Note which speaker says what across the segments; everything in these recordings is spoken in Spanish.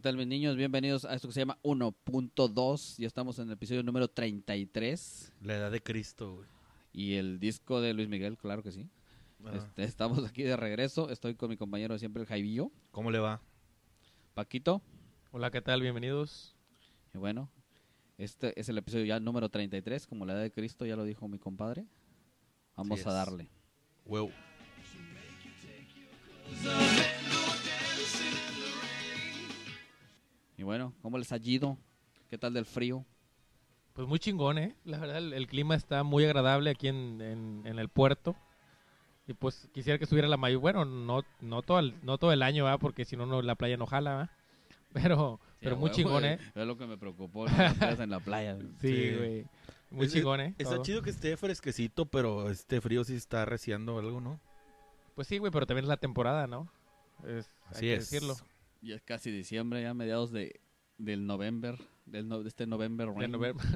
Speaker 1: tal, mis niños? Bienvenidos a esto que se llama 1.2. Ya estamos en el episodio número 33.
Speaker 2: La edad de Cristo, güey.
Speaker 1: Y el disco de Luis Miguel, claro que sí.
Speaker 2: Ajá.
Speaker 1: Este, estamos aquí de regreso. Estoy con mi compañero de siempre, el Jaivillo.
Speaker 2: ¿Cómo le va?
Speaker 1: Paquito.
Speaker 3: Hola, ¿qué tal? Bienvenidos.
Speaker 1: Y bueno, este es el episodio ya número 33. Como la edad de Cristo, ya lo dijo mi compadre. Vamos
Speaker 2: Así
Speaker 1: a
Speaker 2: es.
Speaker 1: darle.
Speaker 2: Huevo.
Speaker 1: Y bueno, ¿cómo les ha ido? ¿Qué tal del frío?
Speaker 3: Pues muy chingón, ¿eh? La verdad, el, el clima está muy agradable aquí en, en- en el puerto. Y pues quisiera que estuviera la mayor... Bueno, no, no, todo el, no todo el año, ¿va? Porque si no, no, la playa no jala, ¿va? Pero, pero muy chingón, ¿eh?
Speaker 1: Es lo que me preocupó, las playas en la playa.
Speaker 2: Sí.
Speaker 3: Sí, güey. Muy
Speaker 2: Es-
Speaker 3: chingón, ¿eh?
Speaker 2: Está
Speaker 3: Todo.
Speaker 2: chido que esté fresquecito, pero este frío sí está arreciando algo, ¿no?
Speaker 3: Pues sí, güey, pero también es la temporada, ¿no? Es,
Speaker 2: Así
Speaker 3: hay que
Speaker 2: es.
Speaker 3: decirlo.
Speaker 1: Y es casi diciembre, ya mediados de, del noviembre, del no- de este noviembre.
Speaker 3: De noviembre.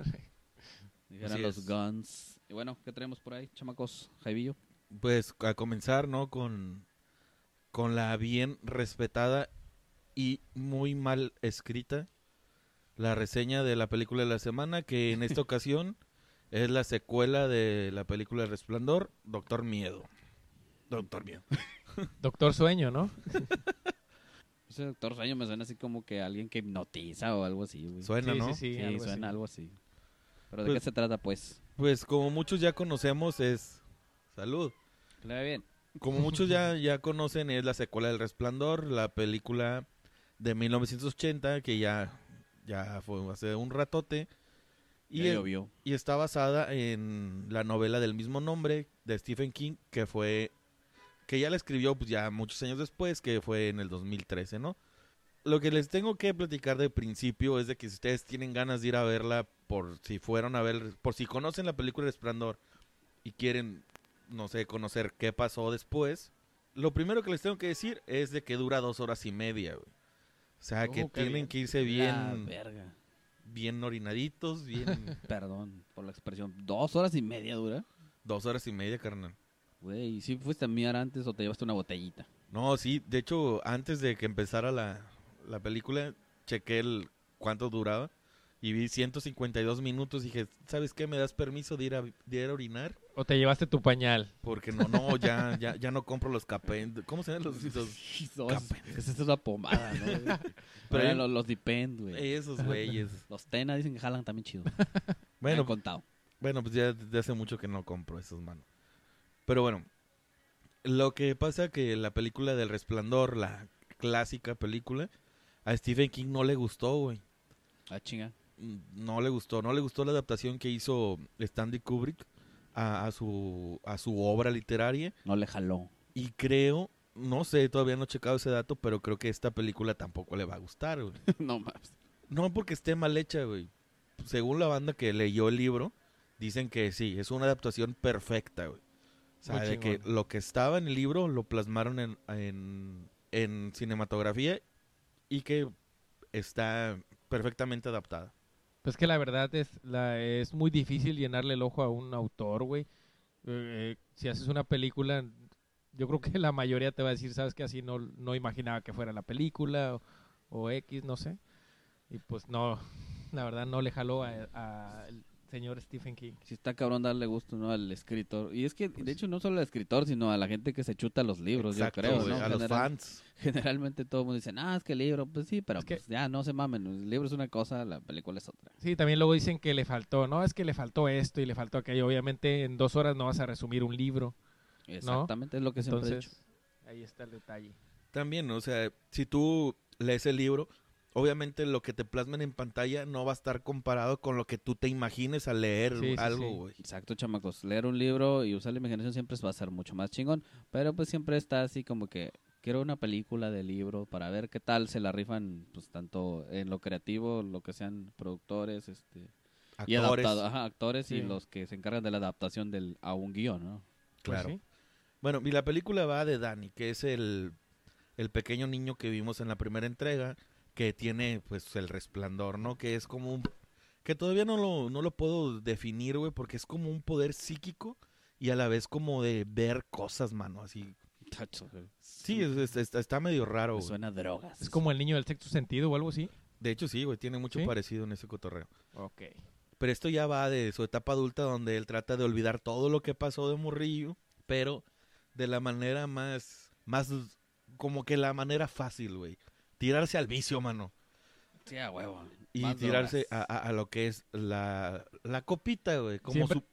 Speaker 1: Dijeran
Speaker 2: Así
Speaker 1: los
Speaker 2: es.
Speaker 1: Guns. Y bueno, ¿qué tenemos por ahí, chamacos? Jaivillo.
Speaker 2: Pues a comenzar, ¿no? Con, con la bien respetada y muy mal escrita, la reseña de la película de la semana, que en esta ocasión es la secuela de la película El Resplandor, Doctor Miedo. Doctor Miedo.
Speaker 3: Doctor Sueño, ¿no?
Speaker 1: Ese doctor Sueño me suena así como que alguien que hipnotiza o algo así, güey.
Speaker 2: Suena,
Speaker 3: sí,
Speaker 2: ¿no?
Speaker 3: sí, sí,
Speaker 1: Sí,
Speaker 3: algo así.
Speaker 1: suena algo así. ¿Pero de
Speaker 2: Pues-
Speaker 1: qué se trata, pues?
Speaker 2: Pues como muchos ya conocemos es... Salud.
Speaker 1: Le va bien.
Speaker 2: Como muchos ya, ya conocen, es la secuela del Resplandor, la película de 1980, que ya, ya fue hace un ratote.
Speaker 1: Y
Speaker 2: Y, es-
Speaker 1: llovió.
Speaker 2: y está basada en la novela del mismo nombre de Stephen King, que fue. que ya la escribió pues, ya muchos años después, que fue en el 2013, ¿no? Lo que les tengo que platicar de principio es de que si ustedes tienen ganas de ir a verla, por si fueron a ver, por si conocen la película Resplandor y quieren, no sé, conocer qué pasó después, lo primero que les tengo que decir es de que dura dos horas y media, güey. O sea, que
Speaker 3: Oh, qué
Speaker 2: tienen
Speaker 3: bien.
Speaker 2: que irse
Speaker 1: La
Speaker 2: bien,
Speaker 1: verga.
Speaker 2: bien orinaditos, bien...
Speaker 1: Perdón por la expresión. Dos horas y media dura.
Speaker 2: dos horas y media, carnal.
Speaker 1: Güey, ¿sí fuiste a mirar antes o te llevaste una botellita?
Speaker 2: No, sí, de hecho, antes de que empezara la, la película, chequé el cuánto duraba y vi 152 minutos. Dije, ¿sabes qué? ¿Me das permiso de ir a, de ir a orinar?
Speaker 3: O te llevaste tu pañal.
Speaker 2: Porque no, no, ya, ya, ya no compro los capén. ¿Cómo se llaman los, los-
Speaker 1: No, es- Esa es una pomada, ¿no? güey?
Speaker 2: Pero
Speaker 1: Ahora
Speaker 2: hay- Eh.
Speaker 1: los, los Depend, güey.
Speaker 2: esos güeyes?
Speaker 1: Los Tena dicen que jalan también chido. Me
Speaker 2: Bueno,
Speaker 1: han contado.
Speaker 2: Bueno, pues ya desde hace mucho que no compro esos, mano. Pero bueno, lo que pasa que la película del Resplandor, la clásica película, a Stephen King no le gustó, güey.
Speaker 1: Ah, chinga.
Speaker 2: Mm, No le gustó, no le gustó la adaptación que hizo Stanley Kubrick a, a su, a su obra literaria.
Speaker 1: No le jaló.
Speaker 2: Y creo, no sé, todavía no he checado ese dato, pero creo que esta película tampoco le va a gustar, güey.
Speaker 1: no mames.
Speaker 2: No porque esté mal hecha, güey. Según la banda que leyó el libro, dicen que sí, es una adaptación perfecta, güey. O sea,
Speaker 3: Muy
Speaker 2: de que
Speaker 3: chingón.
Speaker 2: lo que estaba en el libro lo plasmaron en, en, en cinematografía y que está perfectamente adaptada.
Speaker 3: Pues que la verdad es, la, es muy difícil llenarle el ojo a un autor, güey. Eh, eh, si haces una película, yo creo que la mayoría te va a decir, sabes que así no, no imaginaba que fuera la película o, o X, no sé. Y pues no, la verdad no le jaló a- a el señor Stephen King.
Speaker 1: Sí está cabrón darle gusto, ¿no? Al escritor. Y es que, de hecho, no solo al escritor, sino a la gente que se chuta los libros,
Speaker 2: Pues Exacto,
Speaker 1: yo creo,
Speaker 2: güey,
Speaker 1: ¿no?
Speaker 2: a los
Speaker 1: General-
Speaker 2: fans.
Speaker 1: Generalmente todo el mundo dice, ah, es que el libro, pues sí, pero
Speaker 3: Es que-
Speaker 1: pues, ya, no se mamen. El libro es una cosa, la película es otra.
Speaker 3: Sí, también luego dicen que le faltó, no, es que le faltó esto y le faltó aquello. Obviamente en dos horas no vas a resumir un libro.
Speaker 1: Exactamente, es lo que siempre he dicho.
Speaker 3: Entonces, ahí está el detalle.
Speaker 2: También, o sea, si tú lees el libro, obviamente lo que te plasmen en pantalla no va a estar comparado con lo que tú te imagines al leer
Speaker 3: Sí, sí,
Speaker 2: algo,
Speaker 3: sí.
Speaker 2: güey.
Speaker 1: Exacto, chamacos. Leer un libro y usar la imaginación siempre va a ser mucho más chingón. Pero pues siempre está así como que quiero una película de libro para ver qué tal se la rifan, pues tanto en lo creativo, lo que sean productores, este, y
Speaker 2: Actores,
Speaker 1: adaptado- ajá, actores y
Speaker 3: Sí.
Speaker 1: los que se encargan de la adaptación del a un guión, ¿no?
Speaker 3: Pues
Speaker 2: claro.
Speaker 3: sí.
Speaker 2: Bueno, y la película va de Danny, que es el, el pequeño niño que vimos en la primera entrega, que tiene pues el resplandor, ¿no? Que es como un... que todavía no lo, no lo puedo definir, güey, porque es como un poder psíquico y a la vez como de ver cosas, mano, así.
Speaker 1: Tacho, güey.
Speaker 2: Sí, es- es- está, está medio raro,
Speaker 1: Me
Speaker 2: Oh, güey.
Speaker 1: suena a drogas.
Speaker 3: Es como el niño del sexto sentido o algo así.
Speaker 2: De hecho, sí, güey, tiene mucho
Speaker 3: ¿Sí?
Speaker 2: parecido en ese cotorreo.
Speaker 3: Ok.
Speaker 2: Pero esto ya va de su etapa adulta donde él trata de olvidar todo lo que pasó de morrillo, pero de la manera más, más, como que la manera fácil, güey. Tirarse al vicio, mano.
Speaker 1: Sí, a huevo.
Speaker 2: Y
Speaker 1: Más
Speaker 2: tirarse
Speaker 1: drogas.
Speaker 2: a, a- a lo que es la, la copita, güey. Como
Speaker 3: Siempre-
Speaker 2: su-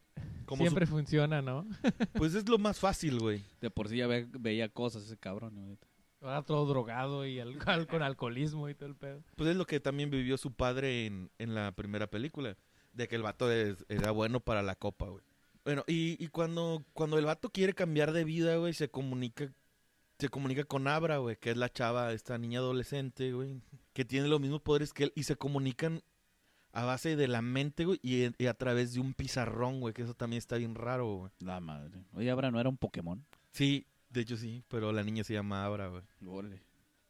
Speaker 2: como su-
Speaker 3: Siempre funciona, ¿no?
Speaker 2: pues es lo más fácil, güey.
Speaker 1: De por sí ya ve- veía cosas ese cabrón. güey.
Speaker 3: Ahora todo drogado y al- al- con alcoholismo y todo el pedo.
Speaker 2: Pues es lo que también vivió su padre en, en la primera película. De que el vato es- era bueno para la copa, güey. Bueno, y, y cuando, cuando el vato quiere cambiar de vida, güey, se comunica, se comunica con Abra, güey, que es la chava, esta niña adolescente, güey, que tiene los mismos poderes que él, y se comunican a base de la mente, güey, y, y a través de un pizarrón, güey, que eso también está bien raro, güey.
Speaker 1: La madre. Oye, Abra no era un Pokémon.
Speaker 2: Sí, de hecho sí, pero la niña se llama Abra, güey.
Speaker 1: Órale.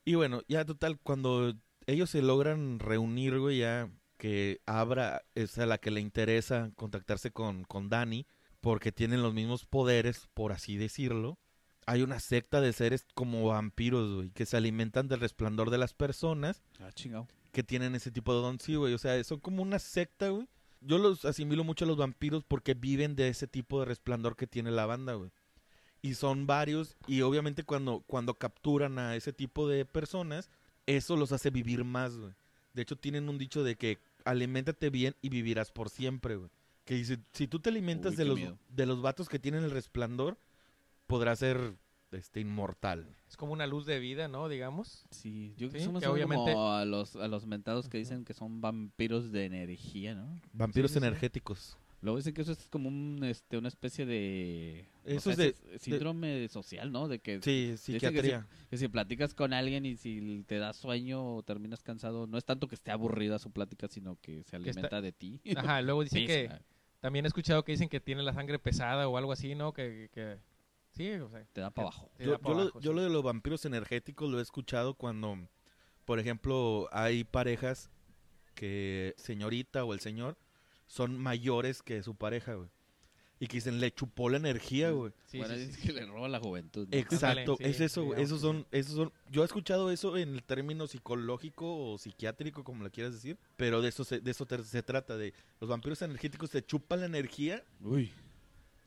Speaker 2: Y bueno, ya total, cuando ellos se logran reunir, güey, ya que Abra es a la que le interesa contactarse con, con Dani, porque tienen los mismos poderes, por así decirlo. Hay una secta de seres como vampiros, güey, que se alimentan del resplandor de las personas
Speaker 1: Ah, chingado.
Speaker 2: que tienen ese tipo de don, sí, güey. O sea, son como una secta, güey. Yo los asimilo mucho a los vampiros porque viven de ese tipo de resplandor que tiene la banda, güey. Y son varios, y obviamente cuando, cuando capturan a ese tipo de personas, eso los hace vivir más, güey. De hecho, tienen un dicho de que aliméntate bien y vivirás por siempre, güey. Que dice, si tú te alimentas
Speaker 1: Uy,
Speaker 2: de
Speaker 1: qué
Speaker 2: los,
Speaker 1: miedo.
Speaker 2: de los vatos que tienen el resplandor, podrás ser este inmortal.
Speaker 3: Es como una luz de vida, ¿no? Digamos.
Speaker 1: Sí, yo
Speaker 3: Sí,
Speaker 1: creo que
Speaker 3: que
Speaker 1: obviamente...
Speaker 3: obviamente-
Speaker 1: como a los, a los mentados que dicen que son vampiros de energía, ¿no?
Speaker 2: Vampiros
Speaker 3: sí, sí.
Speaker 2: energéticos.
Speaker 1: Luego dicen que eso es como un, este, una especie de... o
Speaker 2: Eso es
Speaker 1: sea,
Speaker 2: de-
Speaker 1: ese Síndrome social, ¿no? De que,
Speaker 2: Sí,
Speaker 1: que sí.
Speaker 2: psiquiatría.
Speaker 1: que si platicas con alguien y si te da sueño o terminas cansado, no es tanto que esté aburrida su plática, sino que se
Speaker 3: Que está-
Speaker 1: alimenta de ti.
Speaker 3: Ajá, luego dicen
Speaker 1: Sí,
Speaker 3: que
Speaker 1: o sea,
Speaker 3: también he escuchado que dicen que tiene la sangre pesada o algo así, ¿no? Que, que- sí, o sea.
Speaker 1: te da para abajo.
Speaker 3: te
Speaker 2: Yo,
Speaker 3: da pa'
Speaker 2: yo lo,
Speaker 3: abajo,
Speaker 2: yo
Speaker 3: sí.
Speaker 2: lo de los vampiros energéticos lo he escuchado cuando, por ejemplo, hay parejas que señorita o el señor son mayores que su pareja, güey. Y que dicen, le chupó la energía, güey.
Speaker 3: Sí,
Speaker 1: bueno,
Speaker 3: sí, sí.
Speaker 1: dicen que le roba la juventud. ¿no?
Speaker 2: Exacto,
Speaker 3: Mm. sí,
Speaker 2: es eso, güey.
Speaker 3: digamos
Speaker 2: Esos
Speaker 3: que sí.
Speaker 2: son, esos son. Yo he escuchado eso en el término psicológico o psiquiátrico, como lo quieras decir, pero de eso se, de eso te- se trata, de los vampiros energéticos te chupan la energía
Speaker 1: Uy.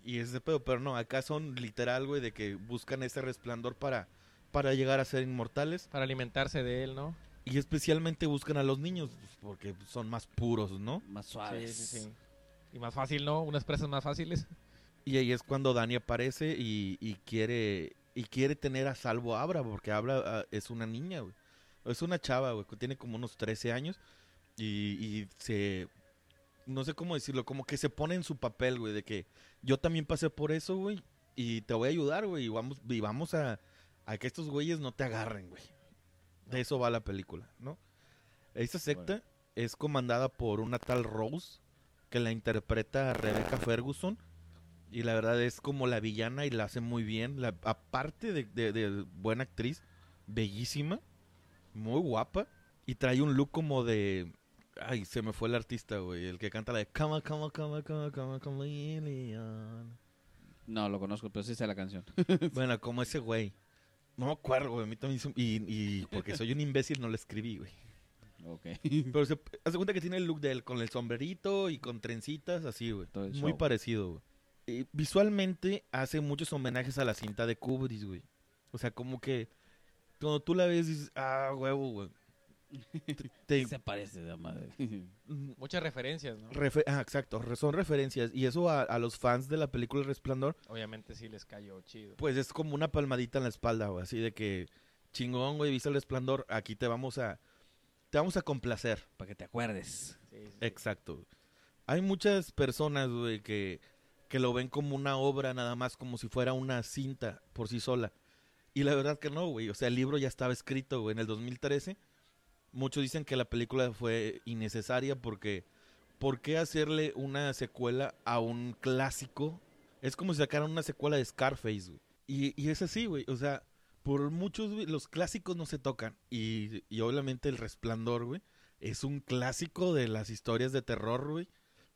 Speaker 2: y ese pedo, pero no, acá son literal, güey, de que buscan ese resplandor para, para llegar a ser inmortales.
Speaker 3: Para alimentarse de él, ¿no?
Speaker 2: Y especialmente buscan a los niños pues, porque son más puros, ¿no?
Speaker 1: Más
Speaker 3: Sí,
Speaker 1: suaves.
Speaker 3: sí, sí. Y más fácil, ¿no? Unas presas más fáciles.
Speaker 2: Y ahí es cuando Dani aparece y, y quiere y quiere tener a salvo a Abra porque Abra ah, es una niña, güey. Es una chava, güey, que tiene como unos 13 años y, y se... No sé cómo decirlo, como que se pone en su papel, güey, de que yo también pasé por eso, güey, y te voy a ayudar, güey, y vamos, y vamos a, a que estos güeyes no te agarren, güey. De eso va la película, ¿no? Esta secta
Speaker 1: Bueno.
Speaker 2: es comandada por una tal Rose, que la interpreta Rebecca Ferguson, y la verdad es como la villana y la hace muy bien. La, aparte de, de- de buena actriz, bellísima, muy guapa. Y trae un look como de. Ay, se me fue el artista, güey. El que canta la de Come on, come on, come on, come on, come on, come on, Leon".
Speaker 1: No, lo conozco, pero sí sé la canción.
Speaker 2: Bueno, como ese güey. No me acuerdo, güey. A mí también se- y, y porque soy un imbécil no lo escribí, güey.
Speaker 1: ok.
Speaker 2: Pero se, hace cuenta que tiene el look de él con el sombrerito y con trencitas, así, güey.
Speaker 1: Todo el
Speaker 2: Muy
Speaker 1: show.
Speaker 2: parecido, güey. Eh, visualmente hace muchos homenajes a la cinta de Kubrick, güey. O sea, como que cuando tú la ves dices, ah, huevo, güey. Te-
Speaker 1: Sí se parece de madre.
Speaker 2: te-
Speaker 3: Muchas referencias, ¿no?
Speaker 2: Refe- ah, exacto, re- son referencias. Y eso a, a los fans de la película El Resplandor,
Speaker 3: Obviamente sí les cayó chido.
Speaker 2: pues es como una palmadita en la espalda, güey. Así de que, chingón, güey, viste El Resplandor, aquí te vamos a... Te vamos a complacer.
Speaker 1: Para que te acuerdes.
Speaker 3: Sí, sí, sí.
Speaker 2: Exacto. güey. Hay muchas personas, güey, que, que lo ven como una obra nada más, como si fuera una cinta por sí sola. Y la verdad que no, güey. O sea, el libro ya estaba escrito, güey, en el 2013. Muchos dicen que la película fue innecesaria porque... ¿Por qué hacerle una secuela a un clásico? Es como si sacaran una secuela de Scarface, güey. Y, y es así, güey. O sea, por muchos, güey, los clásicos no se tocan. Y, y obviamente El Resplandor, güey, es un clásico de las historias de terror, güey.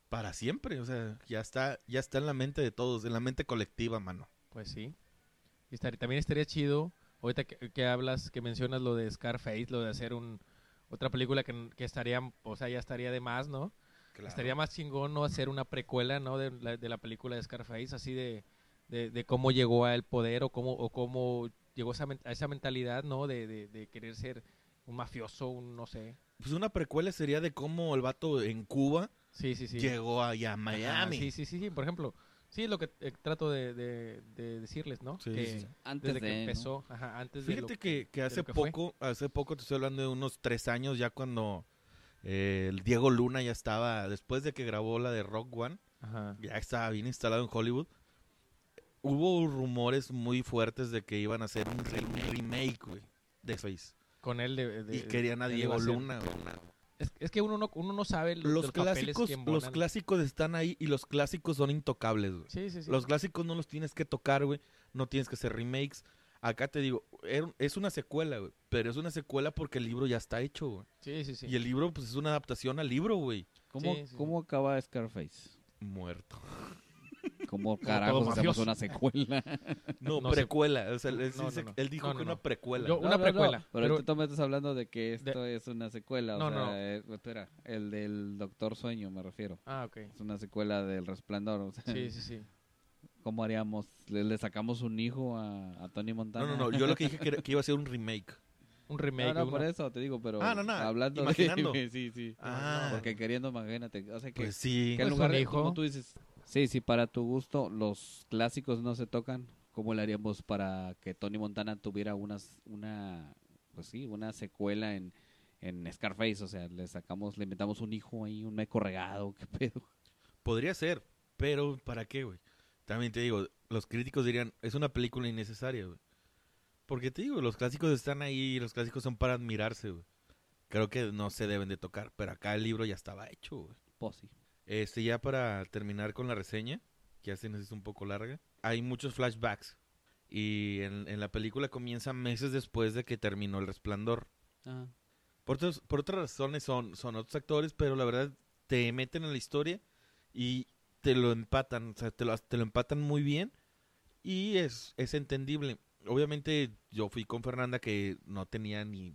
Speaker 2: Para siempre, o sea, ya está, ya está en la mente de todos, en la mente colectiva, mano.
Speaker 3: Pues sí. Y estar- también estaría chido, ahorita que, que hablas, que mencionas lo de Scarface, lo de hacer un otra película que, que estaría, o sea, ya estaría de más, ¿no? Estaría más chingón no hacer una precuela, ¿no? De la, de la película de Scarface, así de, de, de cómo llegó al poder o cómo, o cómo llegó esa men- a esa mentalidad, ¿no? De, de, de querer ser un mafioso, un no sé.
Speaker 2: Pues una precuela sería de cómo el vato en Cuba
Speaker 3: Sí, sí, sí.
Speaker 2: llegó allá a
Speaker 3: Ajá,
Speaker 2: Miami.
Speaker 3: sí, sí, sí, sí, por ejemplo. Sí, es lo que eh, trato de, de- de decirles, ¿no?
Speaker 2: Sí,
Speaker 3: que
Speaker 2: sí, sí.
Speaker 1: Antes
Speaker 3: Desde
Speaker 1: de,
Speaker 3: que
Speaker 1: ¿no?
Speaker 3: empezó, ajá, antes de lo
Speaker 2: Fíjate que, que
Speaker 3: de
Speaker 2: hace
Speaker 3: lo que fue.
Speaker 2: poco, hace poco te estoy hablando de unos tres años ya cuando eh, el Diego Luna ya estaba, después de que grabó la de Rock One,
Speaker 3: Ajá.
Speaker 2: ya estaba bien instalado en Hollywood. Hubo rumores muy fuertes de que iban a hacer un re- un remake, güey, de Face.
Speaker 3: Con él de... de-
Speaker 2: Y querían a
Speaker 3: él iba
Speaker 2: Diego
Speaker 3: a ser-
Speaker 2: Luna, güey.
Speaker 3: Es, es que uno no, uno no sabe los,
Speaker 2: Los
Speaker 3: papeles
Speaker 2: clásicos,
Speaker 3: que
Speaker 2: los
Speaker 3: embonan.
Speaker 2: clásicos están ahí y los clásicos son intocables, güey.
Speaker 3: Sí, sí, sí.
Speaker 2: Los clásicos no los tienes que tocar, güey. No tienes que hacer remakes. Acá te digo, era- es una secuela, güey. Pero es una secuela porque el libro ya está hecho, güey.
Speaker 3: Sí, sí, sí.
Speaker 2: Y el libro, pues, es una adaptación al libro, güey.
Speaker 1: ¿Cómo,
Speaker 3: Sí, sí,
Speaker 1: ¿Cómo acaba Scarface?
Speaker 2: Muerto.
Speaker 1: ¿Cómo
Speaker 3: todo
Speaker 1: carajos hacemos
Speaker 3: mafioso.
Speaker 1: una secuela?
Speaker 2: No,
Speaker 3: No sé.
Speaker 2: precuela. O sea, él, él
Speaker 3: No,
Speaker 2: dice-
Speaker 3: no, no.
Speaker 2: él dijo
Speaker 3: No, no,
Speaker 2: que
Speaker 3: no.
Speaker 2: una precuela.
Speaker 3: Yo-
Speaker 1: No,
Speaker 3: Una
Speaker 1: no, no,
Speaker 3: precuela,
Speaker 1: Pero ahorita
Speaker 3: pero-
Speaker 1: tú me estás hablando de que esto es una secuela. o
Speaker 3: No, no,
Speaker 1: sea,
Speaker 3: no.
Speaker 1: eh, espera, el del Doctor Sueño me refiero.
Speaker 3: Ah, ok.
Speaker 1: Es una secuela del Resplandor. O sea,
Speaker 3: Sí, sí, sí.
Speaker 1: ¿Cómo haríamos? ¿Le, le sacamos un hijo a, a Tony
Speaker 2: No,
Speaker 1: Montana?
Speaker 2: no, no. Yo lo que dije que, era- que iba a ser un remake.
Speaker 3: Un
Speaker 1: No,
Speaker 3: remake.
Speaker 1: no,
Speaker 3: una-
Speaker 1: por eso te digo, pero
Speaker 2: Ah, no, no,
Speaker 1: hablando
Speaker 2: imaginando.
Speaker 1: de... Sí, sí.
Speaker 2: Ah,
Speaker 1: Porque queriendo, imagínate. O sea, que,
Speaker 2: pues sí.
Speaker 1: que en
Speaker 3: Pues
Speaker 1: lugar
Speaker 3: un
Speaker 1: de,
Speaker 3: hijo.
Speaker 1: como tú dices, sí, sí, para tu gusto, los clásicos no se tocan. ¿Cómo le haríamos para que Tony Montana tuviera unas, una, pues sí, una secuela en, en Scarface? O sea, le sacamos, le inventamos un hijo ahí, un meco regado, qué pedo.
Speaker 2: Podría ser. Pero, ¿para qué, güey? También te digo, los críticos dirían, es una película innecesaria, güey. Porque te digo, los clásicos están ahí. Los clásicos son para admirarse, güey. Creo que no se deben de tocar. Pero acá el libro ya estaba hecho, güey.
Speaker 1: Pues sí.
Speaker 2: Este, ya para terminar con la reseña, que ya se nos hizo un poco larga, hay muchos flashbacks. Y en, en la película comienza meses después de que terminó El Resplandor.
Speaker 1: Ajá.
Speaker 2: Por, otras- por otras razones son, son otros actores, pero la verdad te meten en la historia y te lo empatan, o sea, te lo, te lo empatan muy bien y es, es entendible. Obviamente yo fui con Fernanda que no tenía ni,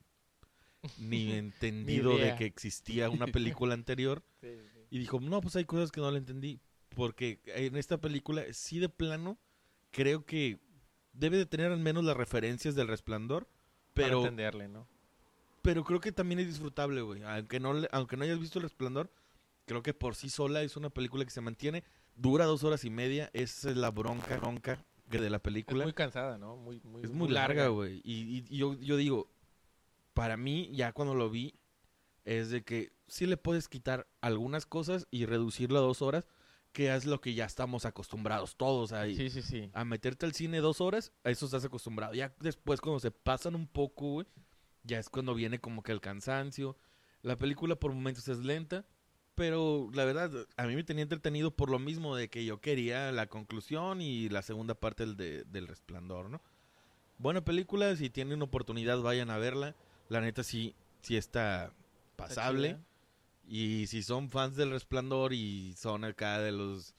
Speaker 2: ni entendido de
Speaker 3: idea.
Speaker 2: que existía una película anterior.
Speaker 3: Sí, sí.
Speaker 2: Y dijo, no, pues hay cosas que no le entendí. Porque en esta película, sí de plano, creo que debe de tener al menos las referencias del resplandor.
Speaker 3: Para
Speaker 2: Pero,
Speaker 3: entenderle, ¿no?
Speaker 2: pero creo que también es disfrutable, güey. Aunque no, le- aunque no hayas visto el resplandor, creo que por sí sola es una película que se mantiene. Dura dos horas y media. Esa es la bronca, bronca que de la
Speaker 3: Es
Speaker 2: película.
Speaker 3: muy cansada, ¿no? Muy, muy,
Speaker 2: Es muy larga, güey. Y, y- y yo, yo digo, para mí, ya cuando lo vi, es de que sí le puedes quitar algunas cosas y reducirlo a dos horas, que es lo que ya estamos acostumbrados todos a,
Speaker 3: Sí, sí, sí.
Speaker 2: a meterte al cine dos horas, a eso estás acostumbrado. Ya después, cuando se pasan un poco, güey, ya es cuando viene como que el cansancio. La película por momentos es lenta, pero la verdad, a mí me tenía entretenido por lo mismo de que yo quería la conclusión y la segunda parte del, de- del resplandor, ¿no? Buena película, si tienen oportunidad, vayan a verla. La neta, sí, sí está
Speaker 3: Está
Speaker 2: pasable.
Speaker 3: chida.
Speaker 2: Y si son fans del Resplandor y son acá de los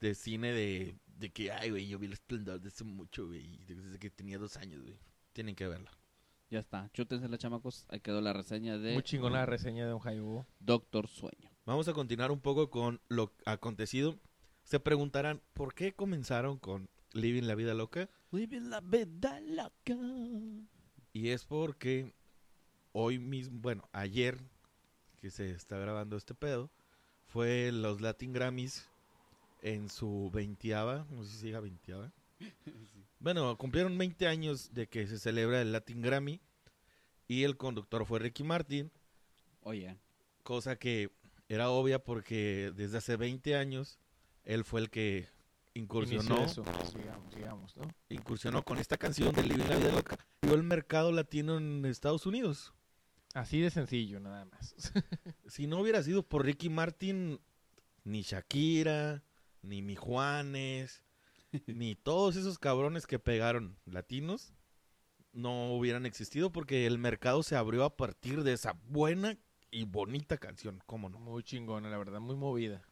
Speaker 2: de cine de, de que, ay, güey, yo vi el Resplandor desde mucho, güey, y desde que tenía dos años, güey. Tienen que verla.
Speaker 1: Ya está. Chútense la chamacos. Ahí quedó la reseña de
Speaker 3: Muy chingona la reseña de un Jaibo.
Speaker 1: Doctor Sueño.
Speaker 2: Vamos a continuar un poco con lo acontecido. Se preguntarán, ¿por qué comenzaron con Living la Vida Loca?
Speaker 1: Living la vida loca.
Speaker 2: Y es porque hoy mismo, bueno, ayer que se está grabando este pedo, fue los Latin Grammys en su veintiava, no sé si siga veintiava. Bueno, cumplieron 20 años de que se celebra el Latin Grammy y el conductor fue Ricky Martin,
Speaker 1: Oye,
Speaker 2: cosa que era obvia porque desde hace 20 años él fue el que incursionó
Speaker 3: Inició eso. Sigamos, sigamos, ¿no?
Speaker 2: incursionó con esta canción de Living la Vida Loca. Vio el mercado latino en Estados Unidos.
Speaker 3: Así de sencillo, nada más.
Speaker 2: si no hubiera sido por Ricky Martin, ni Shakira, ni Mi Juanes, ni todos esos cabrones que pegaron latinos, no hubieran existido porque el mercado se abrió a partir de esa buena y bonita canción, cómo no.
Speaker 3: muy chingona, la verdad. Muy movida.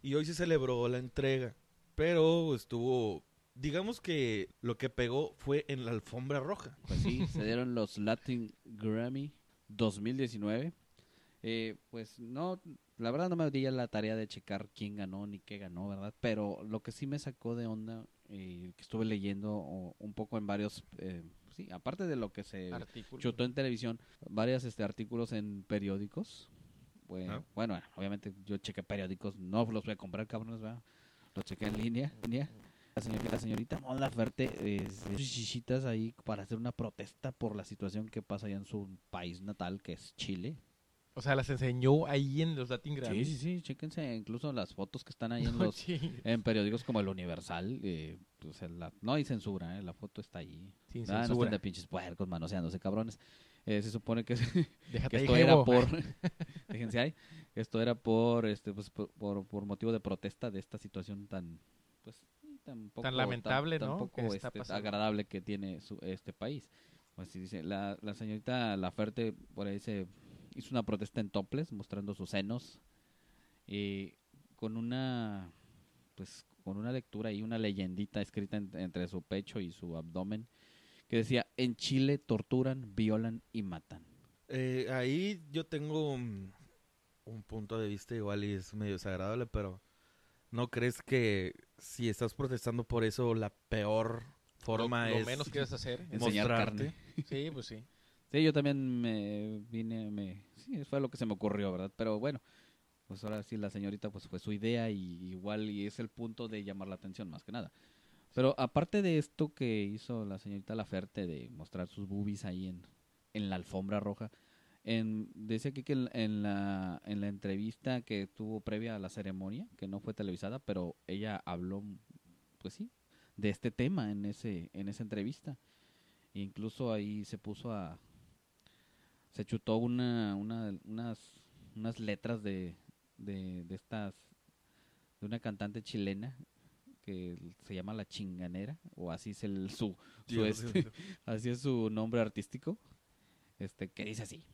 Speaker 2: Y hoy se celebró la entrega, pero estuvo digamos que lo que pegó fue en la alfombra roja.
Speaker 1: Pues sí, se dieron los Latin Grammy 2019. Eh, pues no, la verdad no me di a la tarea de checar quién ganó ni qué ganó, ¿verdad? Pero lo que sí me sacó de onda, eh, que estuve leyendo o- un poco en varios, eh, sí, aparte de lo que
Speaker 2: Eh,
Speaker 1: se
Speaker 3: Artículo.
Speaker 1: chutó en televisión, varios este, artículos en periódicos. Bueno,
Speaker 2: Ah.
Speaker 1: bueno, obviamente yo chequé periódicos, no los voy a comprar, cabrones, ¿verdad? Los chequé en línea, línea. La señorita, la señorita Mon Laferte, eh, sus chichitas ahí para hacer una protesta por la situación que pasa allá en su país natal, que es Chile.
Speaker 3: O sea, las enseñó ahí en los Latin
Speaker 1: Sí,
Speaker 3: Grammy.
Speaker 1: sí, sí, chéquense incluso las fotos que están ahí en los en periódicos como El Universal, eh, o sea, la- no hay censura, eh, la foto está ahí.
Speaker 3: Sin
Speaker 1: Ah, no
Speaker 3: censura.
Speaker 1: están de pinches puercos manoseándose, cabrones. Eh, se supone que, que
Speaker 3: Déjate ahí,
Speaker 1: esto era
Speaker 3: Jebo.
Speaker 1: por déjense ahí, esto era por este pues por, por, por motivo de protesta de esta situación tan pues tan, poco-
Speaker 3: lamentable, ¿no?
Speaker 1: poco,
Speaker 3: que está
Speaker 1: este,
Speaker 3: pasando.
Speaker 1: agradable que tiene su- este país. Pues sí dice, la, la señorita Laferte por ahí se hizo una protesta en toples mostrando sus senos y con una pues con una lectura y una leyendita escrita en- entre su pecho y su abdomen que decía en Chile torturan, violan y matan.
Speaker 2: Eh, ahí yo tengo un, un punto de vista igual y es medio desagradable, pero ¿no crees que si estás protestando por eso la peor forma
Speaker 3: lo, lo
Speaker 2: es
Speaker 3: menos que vas a hacer.
Speaker 1: Enseñar
Speaker 2: mostrarte?
Speaker 1: carne.
Speaker 3: Sí, pues sí.
Speaker 1: Sí, yo también me vine, me... Sí, fue lo que se me ocurrió, ¿verdad? Pero bueno, pues ahora sí la señorita pues fue su idea y igual y es el punto de llamar la atención más que nada. Pero aparte de esto que hizo la señorita Laferte de mostrar sus boobies ahí en, en la alfombra roja, en, decía aquí que en, en la, en la entrevista que tuvo previa a la ceremonia, que no fue televisada, pero ella habló, pues sí, de este tema en, ese, en esa entrevista. Incluso ahí se puso a, se chutó una, una unas, unas letras de, de, de estas de una cantante chilena que se llama la chinganera o así es el su, su
Speaker 2: Dios
Speaker 1: este,
Speaker 2: mío.
Speaker 1: así es su nombre artístico este que dice así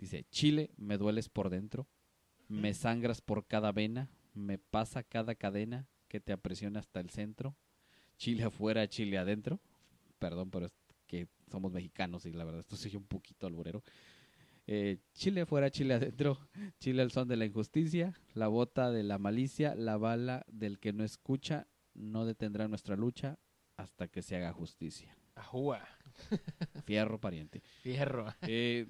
Speaker 1: dice Chile me dueles por dentro me sangras por cada vena me pasa cada cadena que te apresiona hasta el centro Chile afuera Chile adentro perdón pero es que somos mexicanos y la verdad esto soy un poquito alburero eh, Chile fuera, Chile adentro, Chile al son de la injusticia, la bota de la malicia, la bala del que no escucha, no detendrá nuestra lucha hasta que se haga justicia.
Speaker 3: Ajúa.
Speaker 1: Fierro pariente.
Speaker 3: Fierro.
Speaker 1: Eh,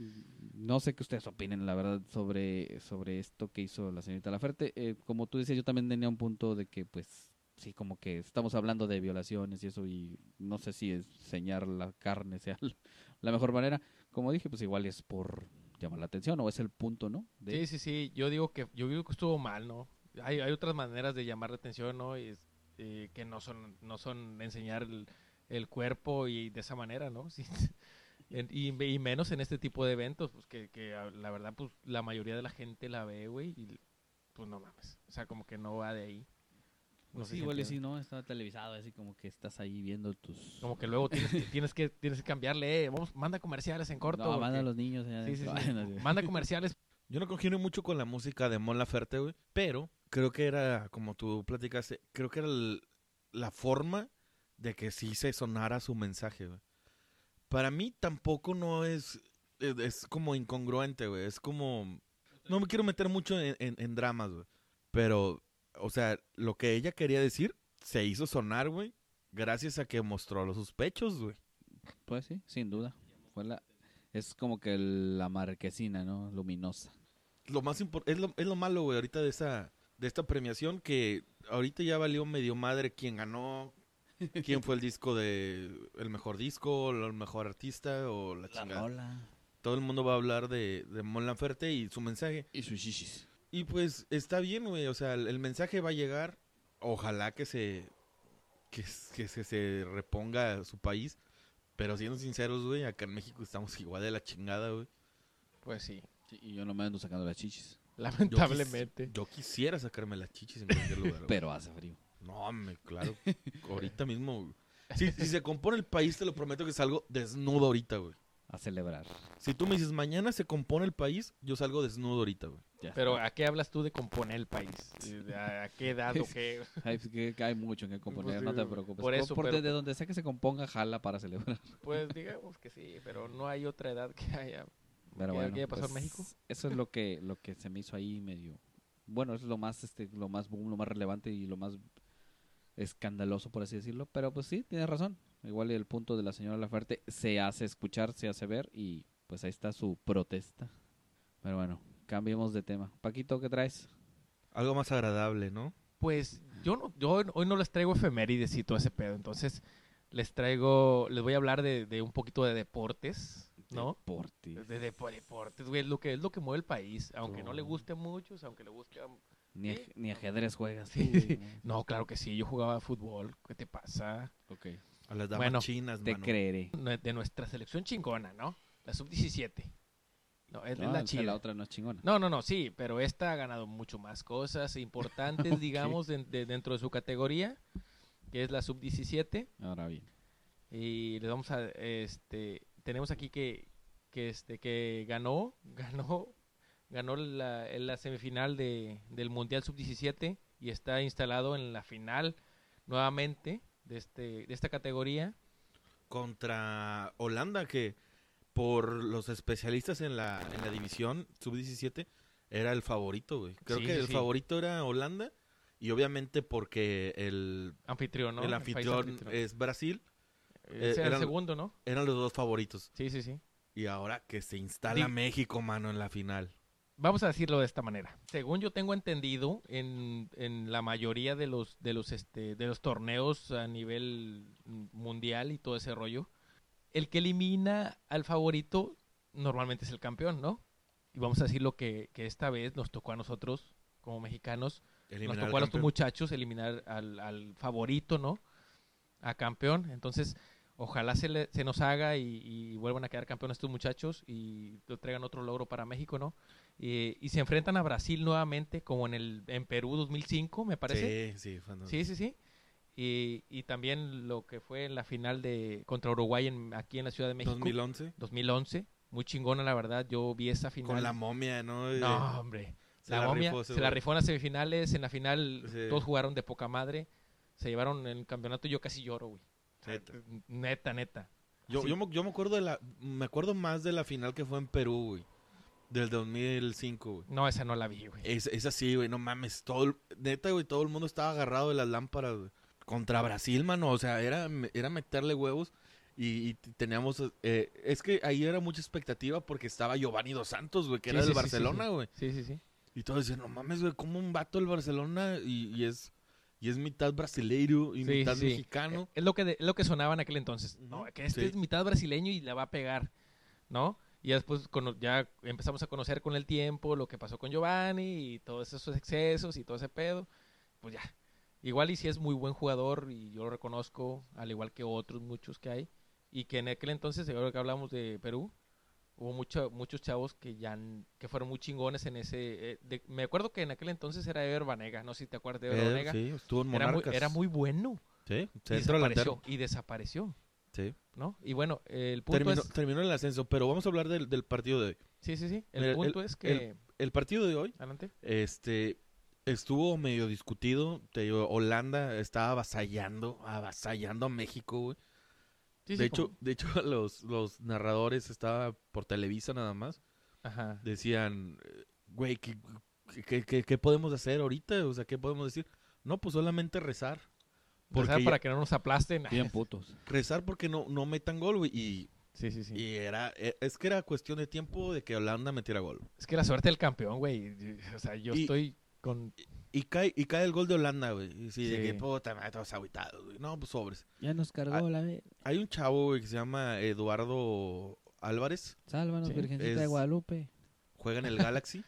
Speaker 1: no sé qué ustedes opinen, la verdad, sobre, sobre esto que hizo la señorita Laferte. Eh, como tú dices, yo también tenía un punto de que, pues, sí, como que estamos hablando de violaciones y eso, y no sé si enseñar la carne sea la- la mejor manera. Como dije, pues igual es por llamar la atención o es el punto, ¿no? De-
Speaker 3: Sí, sí, sí. Yo digo que yo digo que estuvo mal, ¿no? Hay, hay otras maneras de llamar la atención, ¿no? Y es- eh, que no son no son enseñar el, el cuerpo y de esa manera, ¿no? Sí. En- y, me- y menos en este tipo de eventos, pues que, que a- la verdad, pues la mayoría de la gente la ve, güey, y pues no mames. O sea, como que no va de ahí. No
Speaker 1: Pues
Speaker 3: sé
Speaker 1: sí,
Speaker 3: si
Speaker 1: igual y sí,
Speaker 3: entiendes.
Speaker 1: ¿no? Está televisado, así como que estás ahí viendo tus...
Speaker 3: Como que luego tienes que, tienes que, tienes que cambiarle, eh, vamos, manda comerciales en corto.
Speaker 1: No,
Speaker 3: porque-
Speaker 1: manda a los niños allá
Speaker 3: Sí, sí,
Speaker 1: adentro.
Speaker 3: sí.
Speaker 1: Ay, no sé.
Speaker 3: Manda comerciales
Speaker 2: Yo no congenié mucho con la música de Mon Laferte, güey, pero creo que era, como tú platicaste, creo que era el- la forma de que sí se sonara su mensaje, güey. Para mí tampoco no es, es, es como incongruente, güey, es como... No me quiero meter mucho en, en- en dramas, güey, pero, o sea, lo que ella quería decir se hizo sonar, güey, gracias a que mostró los sus pechos, güey.
Speaker 1: Pues sí, sin duda. Fue la... Es como que la marquesina, ¿no? Luminosa.
Speaker 2: lo más impor- es lo, es lo malo, güey, ahorita de esa de esta premiación que ahorita ya valió medio madre quién ganó, quién fue el disco de el mejor disco, o el mejor artista o la chingada. Todo el mundo va a hablar de de Mon Laferte y su mensaje.
Speaker 1: Y sus shishis.
Speaker 2: Y pues está bien, güey, o sea, el, el mensaje va a llegar, ojalá que se que, s- que se, se reponga su país, pero siendo sinceros, güey, acá en México estamos igual de la chingada, güey.
Speaker 3: Pues sí,
Speaker 1: y yo no me ando sacando las chichis.
Speaker 2: Yo quis-
Speaker 3: lamentablemente.
Speaker 2: Yo, quisiera sacarme las chichis en cualquier lugar. güey.
Speaker 1: Pero hace frío.
Speaker 2: No, hombre, claro. ahorita mismo. güey. Si, si se compone el país, te lo prometo que salgo desnudo ahorita, güey.
Speaker 1: A celebrar.
Speaker 2: Si tú me dices, mañana se compone el país, yo salgo desnudo ahorita, güey.
Speaker 1: Ya
Speaker 3: Pero
Speaker 1: está.
Speaker 3: ¿a qué hablas tú de componer el país? ¿A, a qué edad o qué?
Speaker 1: hay, que- que hay mucho en que componer,
Speaker 3: Pues
Speaker 1: no te
Speaker 3: digo,
Speaker 1: preocupes.
Speaker 3: por
Speaker 1: Por
Speaker 3: eso,
Speaker 1: eso,
Speaker 3: pero-
Speaker 1: de donde sea que se componga, jala para celebrar.
Speaker 3: Pues digamos que sí, pero no hay otra edad que haya.
Speaker 1: Pero
Speaker 3: ¿Qué-
Speaker 1: bueno, pues,
Speaker 3: qué pasó en México?
Speaker 1: Eso es lo que, lo que se me hizo ahí medio. Bueno, es lo más, este, lo más boom, lo más relevante y lo más escandaloso, por así decirlo. Pero pues sí, tienes razón. Igual el punto de la señora Laferte se hace escuchar, se hace ver y pues ahí está su protesta. Pero bueno, cambiemos de tema. Paquito, ¿qué traes?
Speaker 2: Algo más agradable, ¿no?
Speaker 3: Pues yo no, yo hoy- hoy no les traigo efemérides y todo ese pedo, entonces les traigo, les voy a hablar de, de un poquito de deportes, ¿no?
Speaker 1: Deporte.
Speaker 3: De, depo- deportes, güey, es lo que es lo que mueve el país, aunque no le guste a muchos, aunque le guste a...
Speaker 1: Ni, aj- ni ajedrez juegas.
Speaker 3: Sí.
Speaker 1: tú, güey, ¿no?
Speaker 3: No, claro que sí, yo jugaba fútbol, ¿qué te pasa?
Speaker 1: Ok.
Speaker 2: A las damas
Speaker 3: Bueno,
Speaker 2: chinas,
Speaker 1: Te
Speaker 2: mano.
Speaker 1: creeré.
Speaker 3: Nue- De nuestra selección chingona, ¿no? La sub-17. No, Ah, es
Speaker 1: No,
Speaker 3: la
Speaker 1: o sea,
Speaker 3: chida.
Speaker 1: otra no es chingona.
Speaker 3: No, no, no, sí, pero esta ha ganado mucho más cosas importantes, digamos, den- de- dentro de su categoría, que es la sub-17.
Speaker 1: Ahora bien.
Speaker 3: Y les vamos a, este, tenemos aquí que, que, este, que ganó, ganó, ganó la, en la semifinal de, del Mundial Sub-17 y está instalado en la final nuevamente de, este, de esta categoría.
Speaker 2: Contra Holanda, que por los especialistas en la, en la división sub-17 era el favorito, güey. Creo
Speaker 3: Sí,
Speaker 2: que
Speaker 3: sí,
Speaker 2: el
Speaker 3: sí.
Speaker 2: favorito era Holanda y obviamente porque el,
Speaker 3: Anfitrión, ¿no?
Speaker 2: el
Speaker 3: país
Speaker 2: anfitrión, es Brasil, eh,
Speaker 3: Ese era el
Speaker 2: eran-
Speaker 3: segundo, ¿no?
Speaker 2: eran los dos favoritos.
Speaker 3: Sí, sí, sí.
Speaker 2: Y ahora que se instala
Speaker 3: Di-
Speaker 2: México, mano, en la final.
Speaker 3: Vamos a decirlo de esta manera. Según yo tengo entendido, en, en la mayoría de los, de los este, de los torneos a nivel mm, mundial y todo ese rollo, el que elimina al favorito normalmente es el campeón, ¿no? Y vamos a decirlo que, que esta vez nos tocó a nosotros, como mexicanos,
Speaker 2: Eliminar
Speaker 3: nos
Speaker 2: al
Speaker 3: tocó a los
Speaker 2: campeón.
Speaker 3: muchachos eliminar al, al favorito, ¿no? A campeón. Entonces, ojalá se, le- se nos haga y, y vuelvan a quedar campeones estos muchachos y lo traigan otro logro para México, ¿no? Eh, y se enfrentan a Brasil nuevamente, como en el en Perú 2005, me parece.
Speaker 2: Sí, sí, fantástico.
Speaker 3: Sí, sí, sí. Y, y también lo que fue en la final de contra Uruguay en- aquí en la Ciudad de México.
Speaker 2: 2011.
Speaker 3: 2011. Muy chingona, la verdad. Yo vi esa final.
Speaker 2: Con la momia, ¿no? Eh,
Speaker 3: no, hombre.
Speaker 2: se
Speaker 3: La, momia
Speaker 2: rifó ese
Speaker 3: se la
Speaker 2: güey.
Speaker 3: rifó en las semifinales, en la final
Speaker 2: Sí.
Speaker 3: todos jugaron de poca madre, se llevaron el campeonato y yo casi lloro, güey. O sea,
Speaker 2: Neta.
Speaker 3: Neta, neta.
Speaker 2: Yo,
Speaker 3: Así.
Speaker 2: yo, me, yo me acuerdo de la, me acuerdo más de la final que fue en Perú, güey. Del 2005, güey.
Speaker 3: No, esa no la vi, güey.
Speaker 2: Es, es así, güey, no mames. Todo, el- neta, güey, todo el mundo estaba agarrado de las lámparas güey. contra Brasil, mano. O sea, era, era meterle huevos. Y, y t- teníamos. eh, es que ahí era mucha expectativa porque estaba Giovanni dos Santos, güey, que
Speaker 3: Sí,
Speaker 2: era
Speaker 3: sí,
Speaker 2: del
Speaker 3: sí, sí,
Speaker 2: Barcelona, güey.
Speaker 3: Sí, sí, sí.
Speaker 2: Y todos decían, no mames, güey, como un vato del Barcelona y, y es. Y es mitad brasileiro y
Speaker 3: Sí,
Speaker 2: mitad
Speaker 3: sí.
Speaker 2: mexicano.
Speaker 3: Eh, Es lo que, de- es lo que sonaba en aquel entonces.
Speaker 2: Ujú.
Speaker 3: No, que este
Speaker 2: Sí.
Speaker 3: es mitad brasileño y la va a pegar, ¿no? Y ya después cono- ya empezamos a conocer con el tiempo lo que pasó con Giovanni y todos esos excesos y todo ese pedo. Pues ya. Igual y si es muy buen jugador y yo lo reconozco, al igual que otros muchos que hay. Y que en aquel entonces, ahora que hablamos de Perú, hubo mucho- muchos chavos que ya n- que fueron muy chingones en ese... eh, de- me acuerdo que en aquel entonces era Ever Banega, no sé si te acuerdas de Ever
Speaker 2: Eh,
Speaker 3: Banega.
Speaker 2: sí, estuvo en
Speaker 3: Era muy-
Speaker 2: Monarcas.
Speaker 3: era muy bueno.
Speaker 2: Sí,
Speaker 3: Y
Speaker 2: centro delantero.
Speaker 3: desapareció, y desapareció,
Speaker 2: Sí.
Speaker 3: ¿no? Y bueno, el punto
Speaker 2: Terminó,
Speaker 3: es...
Speaker 2: terminó el ascenso, pero vamos a hablar del, del partido de hoy.
Speaker 3: Sí, sí, sí. El
Speaker 2: Mira, el-
Speaker 3: punto es que...
Speaker 2: El partido de hoy
Speaker 3: Adelante.
Speaker 2: este, estuvo medio discutido. Te digo, Holanda estaba avasallando, avasallando a México, güey.
Speaker 3: Sí,
Speaker 2: de,
Speaker 3: sí,
Speaker 2: hecho,
Speaker 3: como-
Speaker 2: de hecho, los, los narradores estaba por Televisa nada más.
Speaker 3: Ajá.
Speaker 2: Decían, eh, güey, ¿qué, qué, qué- qué podemos hacer ahorita? O sea, ¿qué podemos decir? No, pues solamente rezar.
Speaker 3: Porque
Speaker 2: porque
Speaker 3: para que no nos aplasten.
Speaker 1: Bien putos.
Speaker 2: Rezar porque no, no metan gol, güey. Y,
Speaker 3: Sí, sí, sí.
Speaker 2: y era, e- es que era cuestión de tiempo de que Holanda metiera gol.
Speaker 3: Es que la suerte del campeón, güey. O sea, yo
Speaker 2: Y-
Speaker 3: estoy con...
Speaker 2: Y cae, y cae el gol de Holanda, güey. Y sí, de
Speaker 3: Sí.
Speaker 2: que puta madre, todos aguitados, güey. No, pues sobres.
Speaker 1: Ya nos
Speaker 3: Ah.
Speaker 1: cargó la vez.
Speaker 2: Hay un chavo, güey, que se llama Eduardo Álvarez.
Speaker 1: Sálvanos,
Speaker 3: Sí,
Speaker 1: Virgencita
Speaker 2: es-
Speaker 1: de Guadalupe.
Speaker 2: Juega en el Galaxy.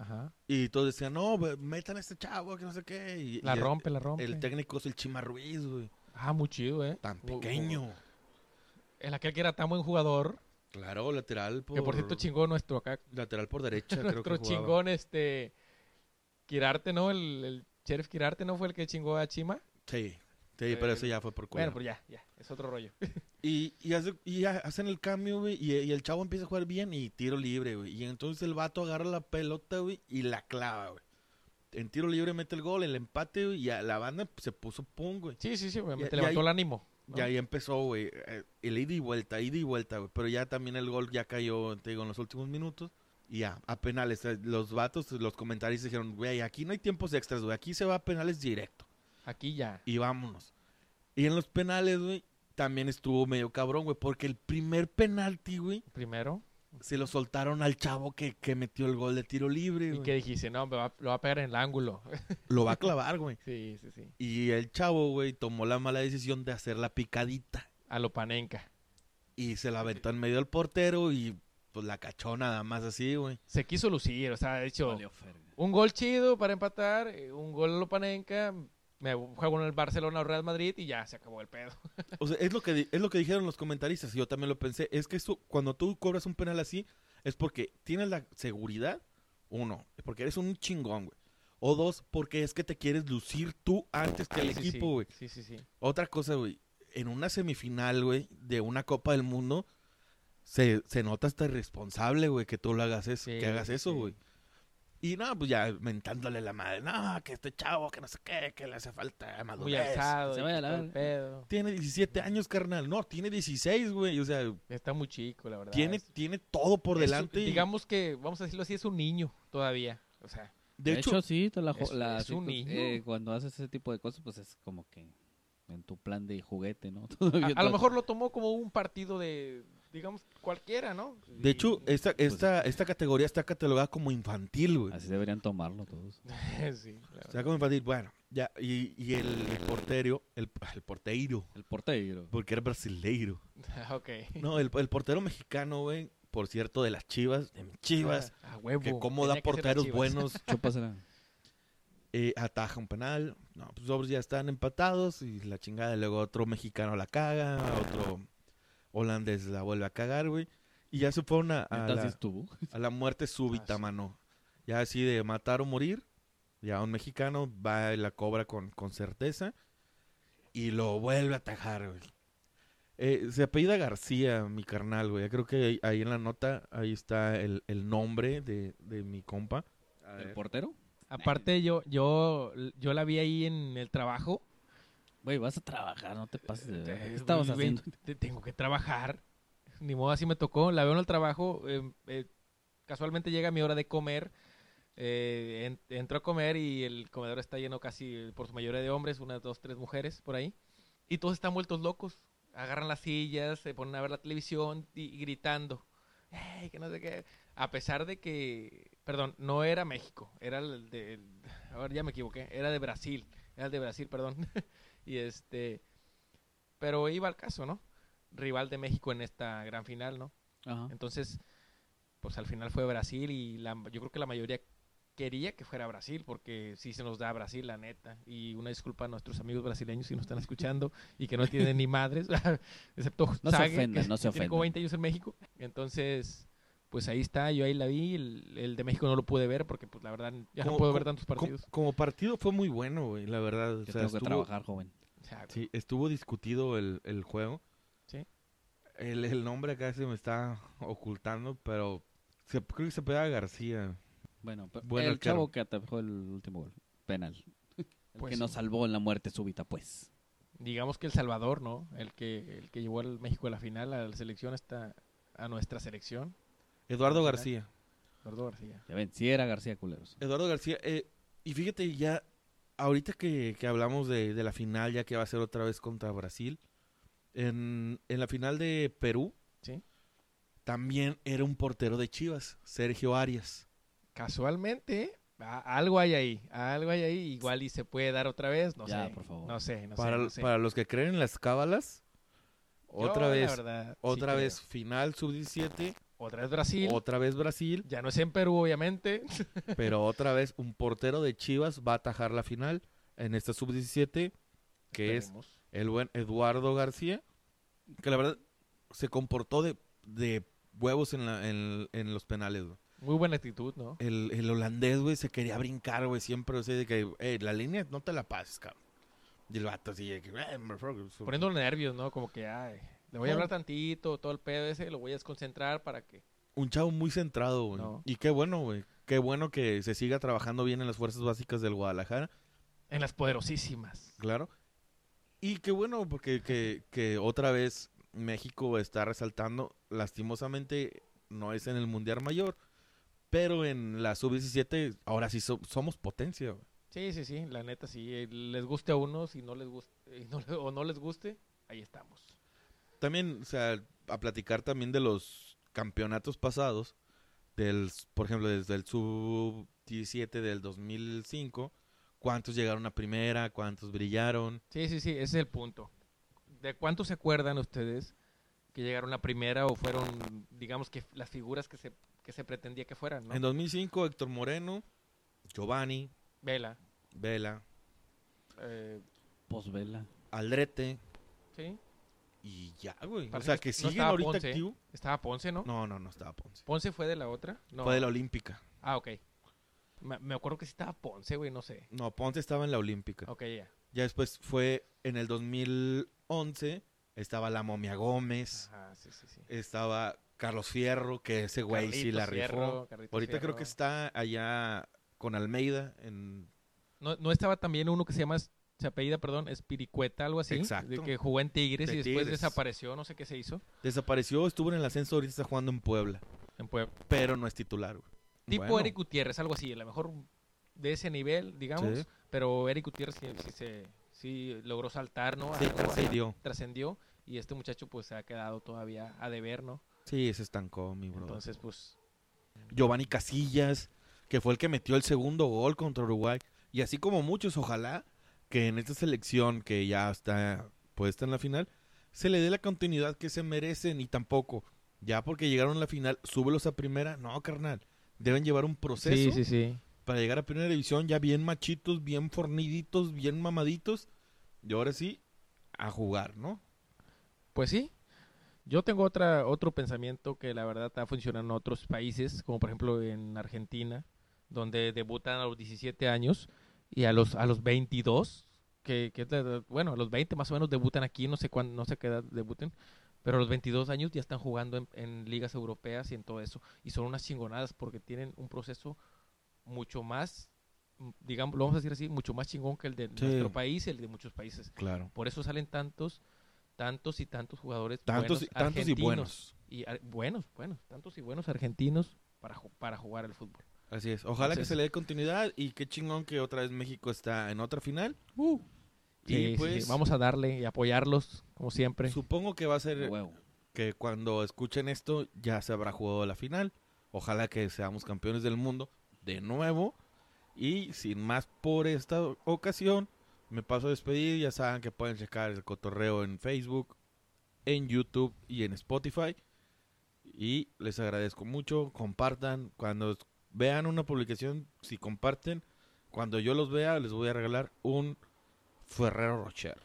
Speaker 3: Ajá.
Speaker 2: y todos decían, no, güey, metan a este chavo, que no sé qué. Y,
Speaker 3: La
Speaker 2: y el-
Speaker 3: rompe, la rompe.
Speaker 2: El, técnico es el Chima Ruiz, güey.
Speaker 3: Ah, muy chido, ¿eh?
Speaker 2: Tan
Speaker 3: Ju- ju-
Speaker 2: pequeño.
Speaker 3: El aquel que era tan buen jugador.
Speaker 2: Claro, lateral por...
Speaker 3: Que por cierto chingó nuestro acá.
Speaker 2: Lateral por derecha, creo que
Speaker 3: Nuestro
Speaker 2: jugaba.
Speaker 3: chingón, este... Quirarte, ¿no? El, el sheriff Quirarte, ¿no? Fue el que chingó a Chima.
Speaker 2: Sí, sí, pero
Speaker 3: Eh,
Speaker 2: eso ya fue por cuenta.
Speaker 3: Bueno, pero ya, ya. Es otro rollo.
Speaker 2: pues, Y, y, hace- y ha- hacen el cambio, güey, y, y el chavo empieza a jugar bien y tiro libre, güey. Y entonces el vato agarra la pelota, güey, y la clava, güey. En tiro libre mete el gol, el empate, güey, y a la banda pues, se puso pum, güey.
Speaker 3: Sí, sí, sí, güey, me
Speaker 2: Ya-
Speaker 3: te
Speaker 2: ya
Speaker 3: levantó
Speaker 2: ahí-
Speaker 3: el ánimo. ¿no?
Speaker 2: Y ahí empezó, güey, eh, el ida y vuelta, ida y vuelta, güey. Pero ya también el gol ya cayó, te digo, en los últimos minutos. Y ya, a penales. eh, Los vatos, los comentaristas dijeron, güey, aquí no hay tiempos extras, güey. Aquí se va a penales directo.
Speaker 3: Aquí ya.
Speaker 2: Y vámonos. Y en los penales, güey, también estuvo medio cabrón, güey. Porque el primer penalti, güey,
Speaker 3: Primero.
Speaker 2: se lo soltaron al chavo que, que metió el gol de tiro libre,
Speaker 3: Y
Speaker 2: güey.
Speaker 3: que dijiste, no, me va- lo va a pegar en el ángulo.
Speaker 2: Lo va a clavar, güey.
Speaker 3: Sí, sí, sí.
Speaker 2: Y el chavo, güey, tomó la mala decisión de hacer la picadita.
Speaker 3: A lo panenca.
Speaker 2: Y se la aventó en medio del portero y pues la cachó nada más así, güey.
Speaker 3: Se quiso lucir, o sea, de hecho,
Speaker 1: Valió verga.
Speaker 3: un gol chido para empatar, eh, un gol a lo panenca, me juego en el Barcelona o Real Madrid y ya se acabó el pedo.
Speaker 2: O sea, es lo que, di- es lo que dijeron los comentaristas y yo también lo pensé. Es que eso, cuando tú cobras un penal así, es porque tienes la seguridad, uno, porque eres un chingón, güey. O dos, porque es que te quieres lucir tú antes que el
Speaker 3: Sí, sí, sí.
Speaker 2: equipo, güey.
Speaker 3: Sí, sí, sí.
Speaker 2: Otra cosa, güey. En una semifinal, güey, de una Copa del Mundo, se, se nota hasta irresponsable, güey, que tú lo hagas eso,
Speaker 3: Sí,
Speaker 2: que hagas eso,
Speaker 3: sí.
Speaker 2: güey. Y no, pues ya mentándole la madre, no, que este chavo, que no sé qué, que le hace falta madurez.
Speaker 3: Muy alzado.
Speaker 1: Se
Speaker 3: y
Speaker 1: vaya a
Speaker 3: todo
Speaker 1: la
Speaker 3: el
Speaker 1: verga.
Speaker 3: pedo.
Speaker 2: Tiene 17 años, carnal. No, tiene 16, güey. O sea,
Speaker 3: Está muy chico, la verdad.
Speaker 2: tiene,
Speaker 3: Es-
Speaker 2: tiene todo por
Speaker 3: es un-
Speaker 2: delante. y-
Speaker 3: digamos que, vamos a decirlo así, es un niño todavía. O sea,
Speaker 1: De,
Speaker 2: de, hecho,
Speaker 1: hecho, sí, te la, jo-
Speaker 3: es-
Speaker 1: la-
Speaker 3: es
Speaker 1: sí,
Speaker 3: un
Speaker 1: pues,
Speaker 3: niño.
Speaker 1: eh, cuando haces ese tipo de cosas, pues es como que en tu plan de juguete, ¿no? Todavía
Speaker 3: a, a lo
Speaker 1: todo-
Speaker 3: mejor lo tomó como un partido de, digamos, cualquiera, ¿no?
Speaker 2: de
Speaker 3: Y-
Speaker 2: hecho, esta,
Speaker 3: pues,
Speaker 2: esta, esta categoría está catalogada como infantil, güey.
Speaker 1: Así deberían tomarlo todos.
Speaker 3: sí, la
Speaker 2: O
Speaker 3: verdad.
Speaker 2: sea, como infantil, bueno, ya. Y, y el, portero, el, el portero,
Speaker 1: El portero.
Speaker 2: porque era brasileiro.
Speaker 3: ok.
Speaker 2: No, el, el portero mexicano, güey, por cierto, de las Chivas, de mis Chivas,
Speaker 3: Ah, a huevo.
Speaker 2: que cómo da
Speaker 3: tenía que ser las
Speaker 2: porteros
Speaker 3: Chivas.
Speaker 2: buenos,
Speaker 1: Chúpasela.
Speaker 2: eh, ataja un penal. No, pues sobres ya están empatados y la chingada. Luego otro mexicano la caga, otro holandés la vuelve a cagar, güey. Y ya se fueron a, a
Speaker 1: Entonces
Speaker 2: la,
Speaker 1: estuvo.
Speaker 2: a la muerte súbita,
Speaker 3: Ah, sí.
Speaker 2: mano. Ya así de matar o morir. Ya un mexicano va y la cobra con, con certeza. Y lo vuelve a atajar, güey. Eh, se apellida García, mi carnal, güey. Ya Creo que ahí, ahí en la nota, ahí está el, el nombre de, de mi compa. A
Speaker 1: ¿El
Speaker 2: ver.
Speaker 1: portero?
Speaker 3: Aparte, yo, yo, yo la vi ahí en el trabajo.
Speaker 1: Güey, vas a trabajar, no te pases de verga. ¿Qué
Speaker 3: Eh,
Speaker 1: estabas
Speaker 3: güey,
Speaker 1: haciendo?
Speaker 3: te- Tengo que trabajar. Ni modo, así me tocó. La veo en el trabajo. eh, eh, casualmente llega mi hora de comer. eh, en- entro a comer y el comedor está lleno casi por su mayoría de hombres, unas dos, tres mujeres por ahí. Y todos están vueltos locos. Agarran las sillas, se ponen a ver la televisión y, y gritando. "Ey, que no sé qué". A pesar de que, perdón, no era México, era el de, el- a ver, ya me equivoqué, era de Brasil, era el de Brasil, perdón. y este, pero iba al caso, ¿no? Rival de México en esta gran final, ¿no?
Speaker 1: Ajá.
Speaker 3: Entonces, pues al final fue Brasil y la, yo creo que la mayoría quería que fuera Brasil porque sí se nos da Brasil, la neta. Y una disculpa a nuestros amigos brasileños si nos están escuchando y que no tienen ni madres, excepto
Speaker 1: No se
Speaker 3: Zague,
Speaker 1: ofendan,
Speaker 3: que
Speaker 1: no se
Speaker 3: Tiene como
Speaker 1: ofendan.
Speaker 3: 20 años en México. Entonces, pues ahí está, yo ahí la vi. El, el de México no lo pude ver porque, pues la verdad, ya no
Speaker 2: Como-
Speaker 3: puedo ver
Speaker 2: como-
Speaker 3: tantos
Speaker 2: Co-
Speaker 3: partidos.
Speaker 2: como partido fue muy bueno, güey, la verdad. O
Speaker 1: Yo
Speaker 2: sea,
Speaker 1: tengo que
Speaker 2: estuvo-
Speaker 1: trabajar, joven.
Speaker 3: O sea,
Speaker 2: Sí, estuvo discutido el, el juego.
Speaker 3: Sí.
Speaker 2: El, el nombre acá se me está ocultando, pero se- creo que se pega García.
Speaker 1: Bueno, pe-
Speaker 2: Buen
Speaker 1: el
Speaker 2: arquero.
Speaker 1: chavo que atajó el último gol. Penal. El
Speaker 3: Pues
Speaker 1: que
Speaker 3: sí.
Speaker 1: nos salvó en la muerte súbita, pues.
Speaker 3: digamos que El Salvador, ¿no? El que, el que llevó al México a la final, a la selección, hasta a nuestra selección.
Speaker 2: Eduardo
Speaker 3: Ajá.
Speaker 2: García.
Speaker 3: Eduardo García.
Speaker 1: Ya ven, si era García Culeros.
Speaker 2: Eduardo García. eh, y fíjate ya, ahorita que, que hablamos de, de la final, ya que va a ser otra vez contra Brasil, en, en la final de Perú,
Speaker 3: Sí.
Speaker 2: también era un portero de Chivas, Sergio Arias.
Speaker 3: Casualmente, a- algo hay ahí, algo hay ahí, igual y se puede dar otra vez, no
Speaker 1: Ya,
Speaker 3: sé.
Speaker 1: por favor.
Speaker 3: No sé, no sé,
Speaker 2: para,
Speaker 3: no sé.
Speaker 2: para los que creen en las cábalas,
Speaker 3: Yo,
Speaker 2: otra
Speaker 3: la
Speaker 2: vez,
Speaker 3: verdad, sí
Speaker 2: otra
Speaker 3: creo.
Speaker 2: vez final sub-17,
Speaker 3: Otra vez Brasil,
Speaker 2: otra vez Brasil,
Speaker 3: ya no es en Perú, obviamente.
Speaker 2: pero otra vez un portero de Chivas va a atajar la final en esta sub-17, que es
Speaker 3: Esperemos.
Speaker 2: el buen Eduardo García, que la verdad se comportó de, de huevos en, la- en- en los penales. güey.
Speaker 3: Muy buena actitud, ¿no?
Speaker 2: El, el holandés, güey, se quería brincar, güey, siempre, o sea, de que, "Eh, la línea no te la pases, cabrón. Y el vato así, de que, "Eh, motherfucker".
Speaker 3: Poniéndole nervios, ¿no? Como que, ay, Le voy a hablar tantito, todo el pedo ese, lo voy a desconcentrar para que...
Speaker 2: Un chavo muy centrado, güey.
Speaker 3: No.
Speaker 2: Y qué bueno, güey. Qué bueno que se siga trabajando bien en las fuerzas básicas del Guadalajara,
Speaker 3: En las poderosísimas.
Speaker 2: claro. Y qué bueno, porque que, que otra vez México está resaltando, lastimosamente no es en el Mundial Mayor, pero en la Sub-17 ahora sí so- somos potencia, güey.
Speaker 3: Sí, sí, sí, la neta sí. eh, Les guste a unos y no les guste, y no le- o no les guste, ahí estamos.
Speaker 2: También, o sea, a platicar también de los campeonatos pasados, del, por ejemplo, desde el sub-17 del 2005, cuántos llegaron a primera, cuántos brillaron.
Speaker 3: Sí, sí, sí, ese es el punto. ¿De cuántos se acuerdan ustedes que llegaron la primera o fueron, digamos, que las figuras que se, que se pretendía que fueran? ¿no?
Speaker 2: En 2005, Héctor Moreno, Giovanni,
Speaker 3: Vela.
Speaker 2: Vela,
Speaker 3: eh,
Speaker 1: Posvela.
Speaker 2: Aldrete
Speaker 3: sí,
Speaker 2: y ya, güey. O
Speaker 3: Parece
Speaker 2: sea,
Speaker 3: que
Speaker 2: que
Speaker 3: no
Speaker 2: siguen
Speaker 3: estaba
Speaker 2: ahorita
Speaker 3: Ponce, ¿eh?
Speaker 2: activo.
Speaker 3: estaba Ponce, ¿no?
Speaker 2: No, no, no estaba Ponce.
Speaker 3: Ponce fue de la otra. No.
Speaker 2: Fue de la Olímpica.
Speaker 3: Ah, ok. Me, me acuerdo que sí estaba Ponce, güey, no sé.
Speaker 2: No, Ponce estaba en la Olímpica.
Speaker 3: Ok, ya.
Speaker 2: Ya después fue en el 2011, estaba la Momia Gómez.
Speaker 3: Ajá, sí, sí, sí.
Speaker 2: estaba Carlos Fierro, que ese güey sí
Speaker 3: Carlitos
Speaker 2: la
Speaker 3: Fierro,
Speaker 2: rifó.
Speaker 3: Carlitos
Speaker 2: Ahorita creo
Speaker 3: Fierro.
Speaker 2: que está allá con Almeida en
Speaker 3: No, no estaba también uno que se llama, se apellida, perdón, Espiricueta, algo así.
Speaker 2: Exacto.
Speaker 3: De que jugó en Tigres
Speaker 2: De
Speaker 3: y después
Speaker 2: Tigres.
Speaker 3: desapareció, no sé qué se hizo.
Speaker 2: desapareció, estuvo en el ascenso, ahorita está jugando en Puebla,
Speaker 3: En Puebla.
Speaker 2: pero no es titular. güey.
Speaker 3: Tipo
Speaker 2: Bueno,
Speaker 3: Eric Gutiérrez, algo así, a lo mejor de ese nivel, digamos,
Speaker 2: Sí.
Speaker 3: pero Eric Gutiérrez sí, sí se, sí logró saltar, ¿no?
Speaker 2: sí,
Speaker 3: Algo así,
Speaker 2: trascendió.
Speaker 3: trascendió y este muchacho pues se ha quedado todavía a deber, ¿no?
Speaker 2: Sí, se estancó, mi bro.
Speaker 3: Entonces pues
Speaker 2: Giovanni Casillas, que fue el que metió el segundo gol contra Uruguay. Y así como muchos, ojalá que en esta selección que ya está puesta en la final, se le dé la continuidad que se merecen y tampoco. Ya porque llegaron a la final, súbelos a primera. No, carnal. Deben llevar un proceso
Speaker 3: sí.
Speaker 2: para llegar a primera división ya bien machitos, bien forniditos, bien mamaditos. Y ahora sí, a jugar, ¿no?
Speaker 3: Pues sí. Yo tengo otra, otro pensamiento que la verdad ha funcionado en otros países, como por ejemplo en Argentina, donde debutan a los 17 años y a los, a los 22, que, que es la edad- bueno, a los 20 más o menos debutan aquí, no sé cuándo, no sé qué edad debuten, pero a los 22 años ya están jugando en, en ligas europeas y en todo eso, y son unas chingonadas porque tienen un proceso mucho más, mm, digamos, lo vamos a decir así, mucho más chingón que el de
Speaker 2: Sí.
Speaker 3: nuestro país y el de muchos países.
Speaker 2: Claro.
Speaker 3: Por eso salen tantos, tantos y tantos jugadores
Speaker 2: Tantos, y-
Speaker 3: buenos
Speaker 2: tantos y
Speaker 3: argentinos
Speaker 2: buenos.
Speaker 3: y ar- buenos, buenos, tantos y buenos argentinos para, ju- para jugar al fútbol.
Speaker 2: Así es. Ojalá que
Speaker 3: Entonces-
Speaker 2: se le dé continuidad y qué chingón que otra vez México está en otra final.
Speaker 3: Uh. Sí, sí,
Speaker 2: y
Speaker 3: sí,
Speaker 2: pues
Speaker 3: vamos a darle y apoyarlos como siempre.
Speaker 2: supongo que va a ser
Speaker 1: Huevo.
Speaker 2: que cuando escuchen esto ya se habrá jugado la final. Ojalá que seamos campeones del mundo de nuevo. Y sin más por esta ocasión, me paso a despedir. Ya saben que pueden checar el cotorreo en Facebook, en YouTube y en Spotify. Y les agradezco mucho. Compartan. Cuando es- vean una publicación, si comparten, cuando yo los vea, les voy a regalar un Ferrero Rocher.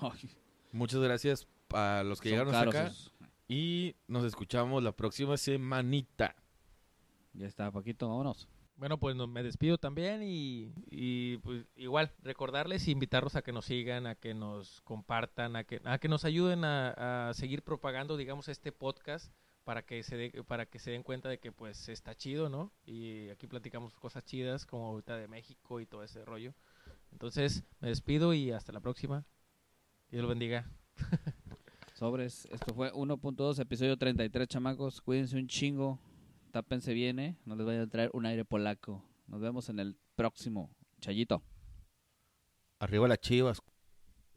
Speaker 1: Ay,
Speaker 2: Muchas gracias a los que
Speaker 1: son
Speaker 2: llegaron hasta
Speaker 1: caros
Speaker 2: acá.
Speaker 1: esos.
Speaker 2: Y nos escuchamos la próxima semanita.
Speaker 1: Ya está, Paquito, vámonos.
Speaker 3: Bueno, pues no- me despido también y, y, pues, igual recordarles y invitarlos a que nos sigan, a que nos compartan, a que, a que nos ayuden a, a seguir propagando, digamos, este podcast para que se dé- para que se den cuenta de que pues está chido, ¿no? Y aquí platicamos cosas chidas como ahorita de México y todo ese rollo. Entonces, me despido y hasta la próxima. Dios los bendiga.
Speaker 1: Sobres, esto fue 1.2, episodio 33, chamacos. Cuídense un chingo. Tápense bien, ¿eh? No les vaya a traer un aire polaco. Nos vemos en el próximo. Chayito.
Speaker 2: Arriba las chivas.